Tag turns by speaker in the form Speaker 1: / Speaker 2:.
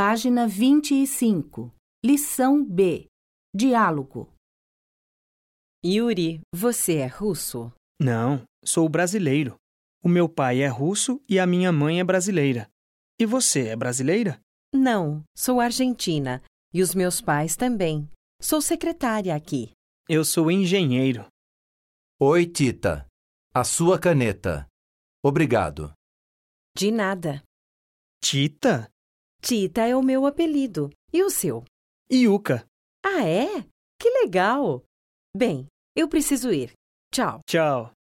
Speaker 1: Página 25. Lição B. Diálogo.
Speaker 2: Yuri, você é russo?
Speaker 3: Não, sou brasileiro. O meu pai é russo e a minha mãe é brasileira. E você é brasileira?
Speaker 2: Não, sou argentina. E os meus pais também. Sou secretária aqui.
Speaker 3: Eu sou engenheiro.
Speaker 4: Oi, Tita. A sua caneta. Obrigado.
Speaker 2: De nada.
Speaker 3: Tita?
Speaker 2: Tita é o meu apelido. E o seu?
Speaker 3: Iuca.
Speaker 2: Ah, é? Que legal! Bem, eu preciso ir. Tchau.
Speaker 3: Tchau.